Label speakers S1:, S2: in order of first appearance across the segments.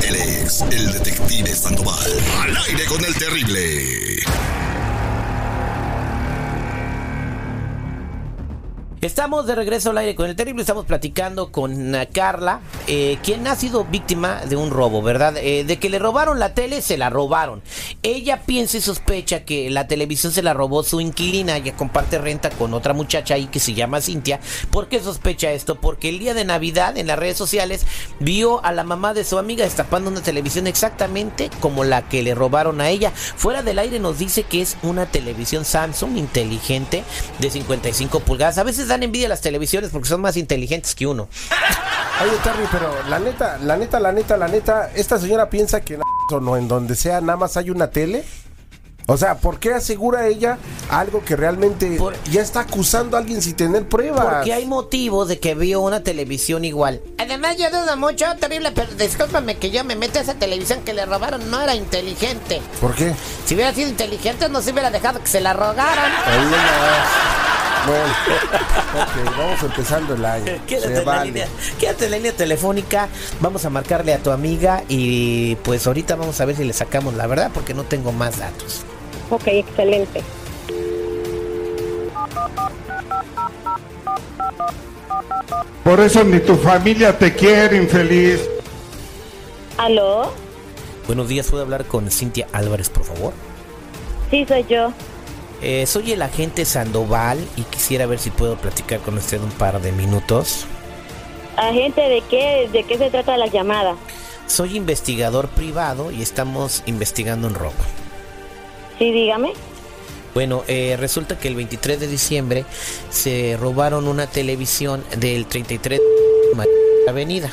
S1: es el detective Sandoval. Al aire con el terrible.
S2: Estamos de regreso al aire con el terrible. Estamos platicando con eh, Carla, eh, quien ha sido víctima de un robo, ¿verdad? Eh, de que le robaron la tele, se la robaron. Ella piensa y sospecha que la televisión se la robó su inquilina. Ella comparte renta con otra muchacha ahí que se llama Cintia. ¿Por qué sospecha esto? Porque el día de Navidad en las redes sociales vio a la mamá de su amiga destapando una televisión exactamente como la que le robaron a ella. Fuera del aire nos dice que es una televisión Samsung inteligente de 55 pulgadas. A veces dan envidia a las televisiones porque son más inteligentes que uno.
S3: Oye, Terry, pero la neta, la neta, la neta, la neta, esta señora piensa que en la o no, en donde sea, nada más hay una tele. O sea, ¿por qué asegura ella algo que realmente
S2: Por-
S3: ya está acusando a alguien sin tener pruebas?
S2: Porque hay motivos de que vio una televisión igual. Además, yo dudo mucho, terrible, pero discúlpame que yo me meta a esa televisión que le robaron, no era inteligente.
S3: ¿Por qué?
S2: Si hubiera sido inteligente, no se hubiera dejado que se la rogaran.
S3: Ahí nomás. Bueno, ok, vamos empezando el año.
S2: Quédate,
S3: Se
S2: en la
S3: vale.
S2: línea, quédate en la línea telefónica, vamos a marcarle a tu amiga y pues ahorita vamos a ver si le sacamos la verdad porque no tengo más datos.
S4: Ok, excelente.
S5: Por eso ni tu familia te quiere, infeliz.
S4: ¿Aló?
S2: Buenos días, ¿puedo hablar con Cintia Álvarez, por favor?
S4: Sí, soy yo.
S2: Eh, soy el agente Sandoval y quisiera ver si puedo platicar con usted un par de minutos.
S4: ¿Agente de qué? ¿De qué se trata la llamada?
S2: Soy investigador privado y estamos investigando un robo.
S4: Sí, dígame.
S2: Bueno, eh, resulta que el 23 de diciembre se robaron una televisión del 33 de Avenida.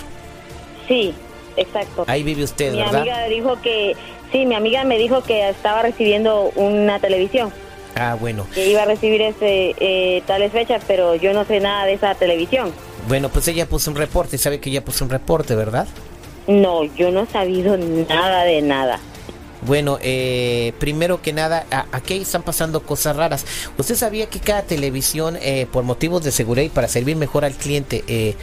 S4: Sí, exacto.
S2: Ahí vive usted,
S4: mi
S2: ¿verdad?
S4: amiga dijo que... Sí, mi amiga me dijo que estaba recibiendo una televisión,
S2: Ah, bueno.
S4: que iba a recibir ese, eh, tales fechas, pero yo no sé nada de esa televisión.
S2: Bueno, pues ella puso un reporte. Sabe que ella puso un reporte, ¿verdad?
S4: No, yo no he sabido nada de nada.
S2: Bueno, eh, primero que nada, a- aquí están pasando cosas raras. ¿Usted sabía que cada televisión, eh, por motivos de seguridad y para servir mejor al cliente, eh,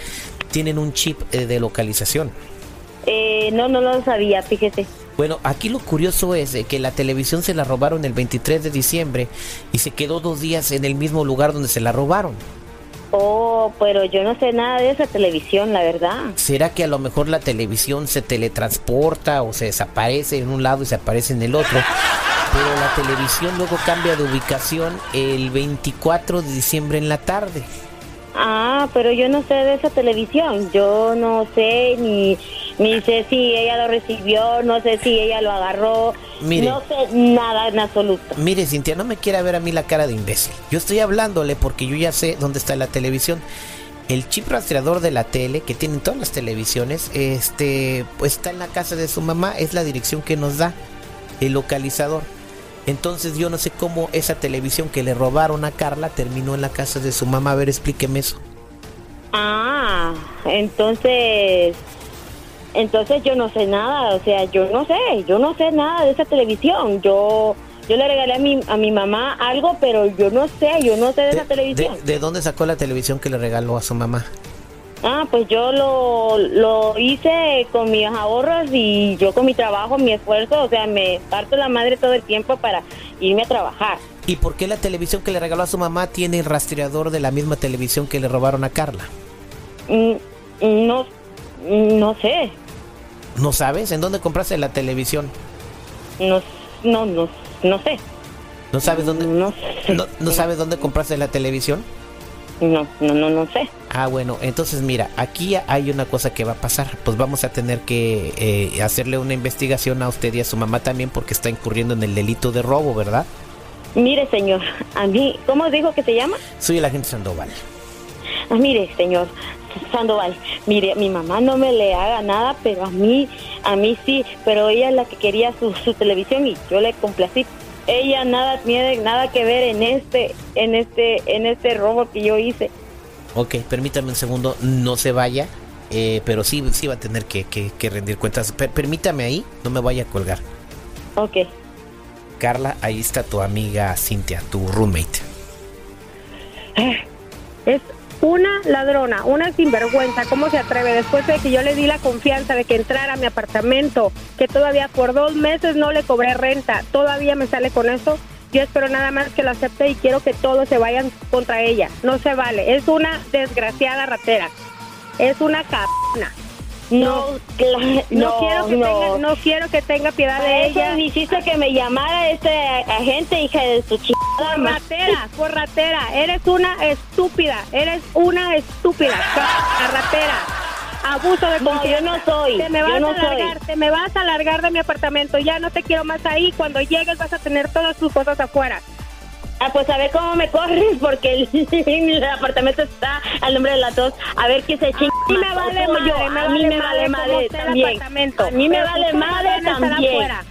S2: tienen un chip eh, de localización?
S4: Eh, no, no lo sabía, fíjese.
S2: Bueno, aquí lo curioso es eh, que la televisión se la robaron el 23 de diciembre y se quedó dos días en el mismo lugar donde se la robaron.
S4: Oh, pero yo no sé nada de esa televisión, la verdad.
S2: ¿Será que a lo mejor la televisión se teletransporta o se desaparece en un lado y se aparece en el otro? Pero la televisión luego cambia de ubicación el 24 de diciembre en la tarde.
S4: Ah, pero yo no sé de esa televisión. Yo no sé ni ni sé si ella lo recibió, no sé si ella lo agarró.
S2: Mire.
S4: No sé nada en absoluto.
S2: Mire, Cintia, no me quiera ver a mí la cara de imbécil. Yo estoy hablándole porque yo ya sé dónde está la televisión. El chip rastreador de la tele que tienen todas las televisiones, este, pues está en la casa de su mamá, es la dirección que nos da el localizador. Entonces yo no sé cómo esa televisión que le robaron a Carla terminó en la casa de su mamá. A ver, explíqueme eso.
S4: Ah, entonces entonces yo no sé nada, o sea, yo no sé, yo no sé nada de esa televisión. Yo yo le regalé a mi a mi mamá algo, pero yo no sé, yo no sé de, esa televisión.
S2: de- de dónde sacó la televisión que le regaló a su mamá?
S4: Ah, pues yo lo, lo hice con mis ahorros y yo con mi trabajo, mi esfuerzo, o sea, me parto la madre todo el tiempo para irme a trabajar.
S2: ¿Y por qué la televisión que le regaló a su mamá tiene el rastreador de la misma televisión que le robaron a Carla?
S4: Mm, No, no sé,
S2: ¿No sabes? ¿En dónde compraste la televisión?
S4: no, no, no, no sé.
S2: ¿No sabes dónde?
S4: No sé.
S2: ¿No, no sabes dónde compraste la televisión?
S4: No, no, no, no sé.
S2: Ah, bueno, entonces mira, aquí hay una cosa que va a pasar. Pues vamos a tener que eh, hacerle una investigación a usted y a su mamá también porque está incurriendo en el delito de robo, ¿verdad?
S4: Mire, señor, a mí, ¿cómo dijo que se llama?
S2: Soy el agente Sandoval.
S4: Ah, mire, señor Sandoval, mire, mi mamá no me le haga nada, pero a mí, a mí sí, pero ella es la que quería su, su televisión y yo le complací. Ella nada tiene nada que ver en este, en este, en este robo que yo hice.
S2: Ok, permítame un segundo, no se vaya, eh, pero sí, sí va a tener que, que- que rendir cuentas. Per- permítame ahí, no me vaya a colgar.
S4: Ok.
S2: Carla, ahí está tu amiga Cintia, tu roommate.
S4: Es
S6: una ladrona, una sinvergüenza, ¿cómo se atreve? Después de que yo le di la confianza de que entrara a mi apartamento, que todavía por dos meses no le cobré renta, todavía me sale con eso. Yo espero Pues, nada más que lo acepte y quiero que todos se vayan contra ella. No se vale. Es una desgraciada ratera. Es una capona.
S4: No, cla-
S6: No, quiero que Tenga, no quiero que tenga piedad
S4: Para
S6: de
S4: Ah, eso
S6: ella.
S4: hiciste que me llamara este agente, hija de tu chingada.
S6: Por
S4: madre.
S6: ratera, por ratera. Eres una estúpida. Eres una estúpida. ca- ratera. Abuso de
S4: No, yo
S6: confianza.
S4: no soy,
S6: Te me
S4: yo
S6: vas
S4: no
S6: a largar,
S4: soy.
S6: te me vas a largar de mi apartamento. Ya no te quiero más ahí. Cuando llegues vas a tener todas tus cosas afuera.
S4: Ah, pues a ver cómo me corres, porque el, el apartamento está al nombre de las dos. A ver quién se chinga.
S6: A mí me
S4: más,
S6: vale
S4: o como
S6: madre,
S4: yo.
S6: me
S4: a mí
S6: vale
S4: me vale
S6: madre cómo
S4: madre
S6: esté el
S4: también.
S6: apartamento.
S4: A mí me
S6: Pero
S4: vale
S6: tus cosas
S4: madre
S6: van a estar
S4: también.
S6: afuera.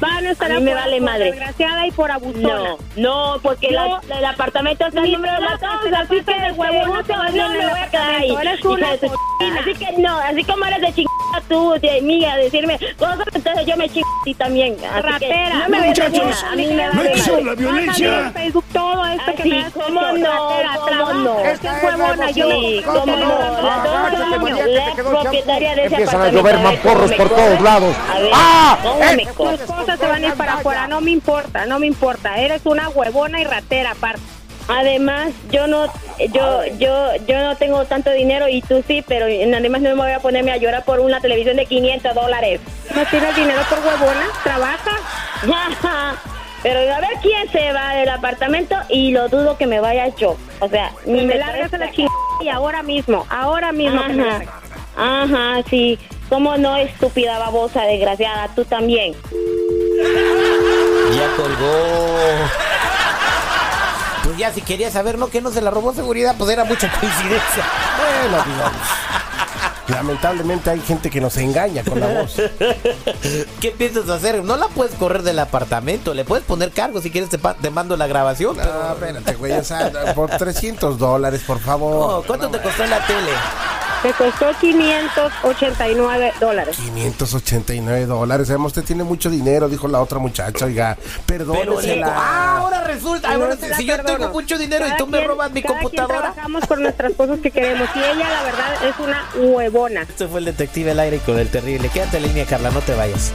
S6: Van a estar
S4: A mí me
S6: afuera
S4: vale
S6: por
S4: madre.
S6: desgraciada y por abusona.
S4: No, no, porque
S6: Yo-
S4: la- la- el apartamento está al
S6: Ni
S4: nombre de
S6: te
S4: las
S6: vas a
S4: dos, así que
S6: hacer
S4: de
S6: de huevona,
S4: huevón
S6: te vas
S4: no
S6: a ir
S4: me
S6: al
S4: voy a quedar ahí.
S6: apartamento, eres
S4: hija
S6: una
S4: de tu
S6: cochina.
S4: Así que no, así como eres de chingada tú, de mía, decirme cosas, entonces yo me chingo a ti también. Así que
S6: ratera.
S4: no me ves de
S7: Muchachos,
S4: buena, a mí me vale
S7: no
S4: madre.
S7: exhiban la violencia.
S6: Bájame en Facebook todo esto que
S4: Así,
S6: me has
S4: ¿cómo
S6: hecho.
S4: no?
S6: Ratera,
S4: ¿Cómo
S6: trabaja,
S4: no?
S6: es que es huevona, yo
S4: Sí,
S6: no-
S4: cómo no, la
S6: Agáchate,
S4: dona,
S6: María,
S5: que
S4: la
S5: te quedó el
S4: propietaria de ese
S5: Empiezan a
S4: apartamento,
S5: llover
S4: ver cómo
S5: mamporros
S4: me
S5: por
S4: corre.
S5: todos lados.
S4: A ver,
S5: ¡Ah!
S4: ¿cómo
S5: ¡Eh!
S4: me corre?
S6: Tus cosas se van a ir para afuera, no me importa, no me importa. Eres una huevona y ratera aparte.
S4: Además, yo no, yo, yo, yo no tengo tanto dinero y tú sí, pero además no me voy a ponerme a llorar por una televisión de 500 dólares.
S6: No tienes dinero por huevona, trabaja.
S4: pero a ver quién se va del apartamento y lo dudo que me vaya yo. O sea, ni
S6: Y
S4: me
S6: Pues me largas a la
S4: parece-
S6: chingada y ahora mismo, ahora mismo. que me
S4: Ajá,
S6: largues.
S4: ajá, sí. ¿Cómo no, estúpida babosa desgraciada? Tú también.
S2: Ya colgó. Pues ya, si quería saber, ¿no? Que no se la robó seguridad, pues era mucha coincidencia.
S3: Bueno, digamos. Lamentablemente hay gente que nos engaña con la voz.
S2: ¿Qué piensas hacer? No la puedes correr del apartamento, le puedes poner cargo si quieres, te, pa- te mando la grabación. pero-
S3: No, espérate, güey. O sea, por 300 dólares, por favor.
S2: No, ¿Cuánto te costó la tele?
S6: Te costó 589 dólares.
S3: 589 dólares. Además, usted tiene mucho dinero, dijo la otra muchacha. Oiga,
S2: Pero le- Ah,
S3: perdónesela.
S2: ahora resulta.
S6: No
S2: ahora
S6: se
S2: si-
S6: la
S2: si yo
S6: perdono.
S2: tengo mucho dinero y
S6: Cada
S2: tú me
S6: quien-
S2: robas mi
S6: cada quien
S2: computadora.
S6: Trabajamos por nuestras cosas que queremos y ella, la verdad, es una huevona.
S2: Este fue el detective al aire con el terrible. Quédate en línea, Carla, no te vayas.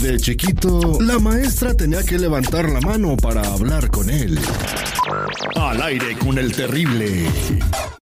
S7: De chiquito, la maestra tenía que levantar la mano para hablar con él. Al aire con el terrible.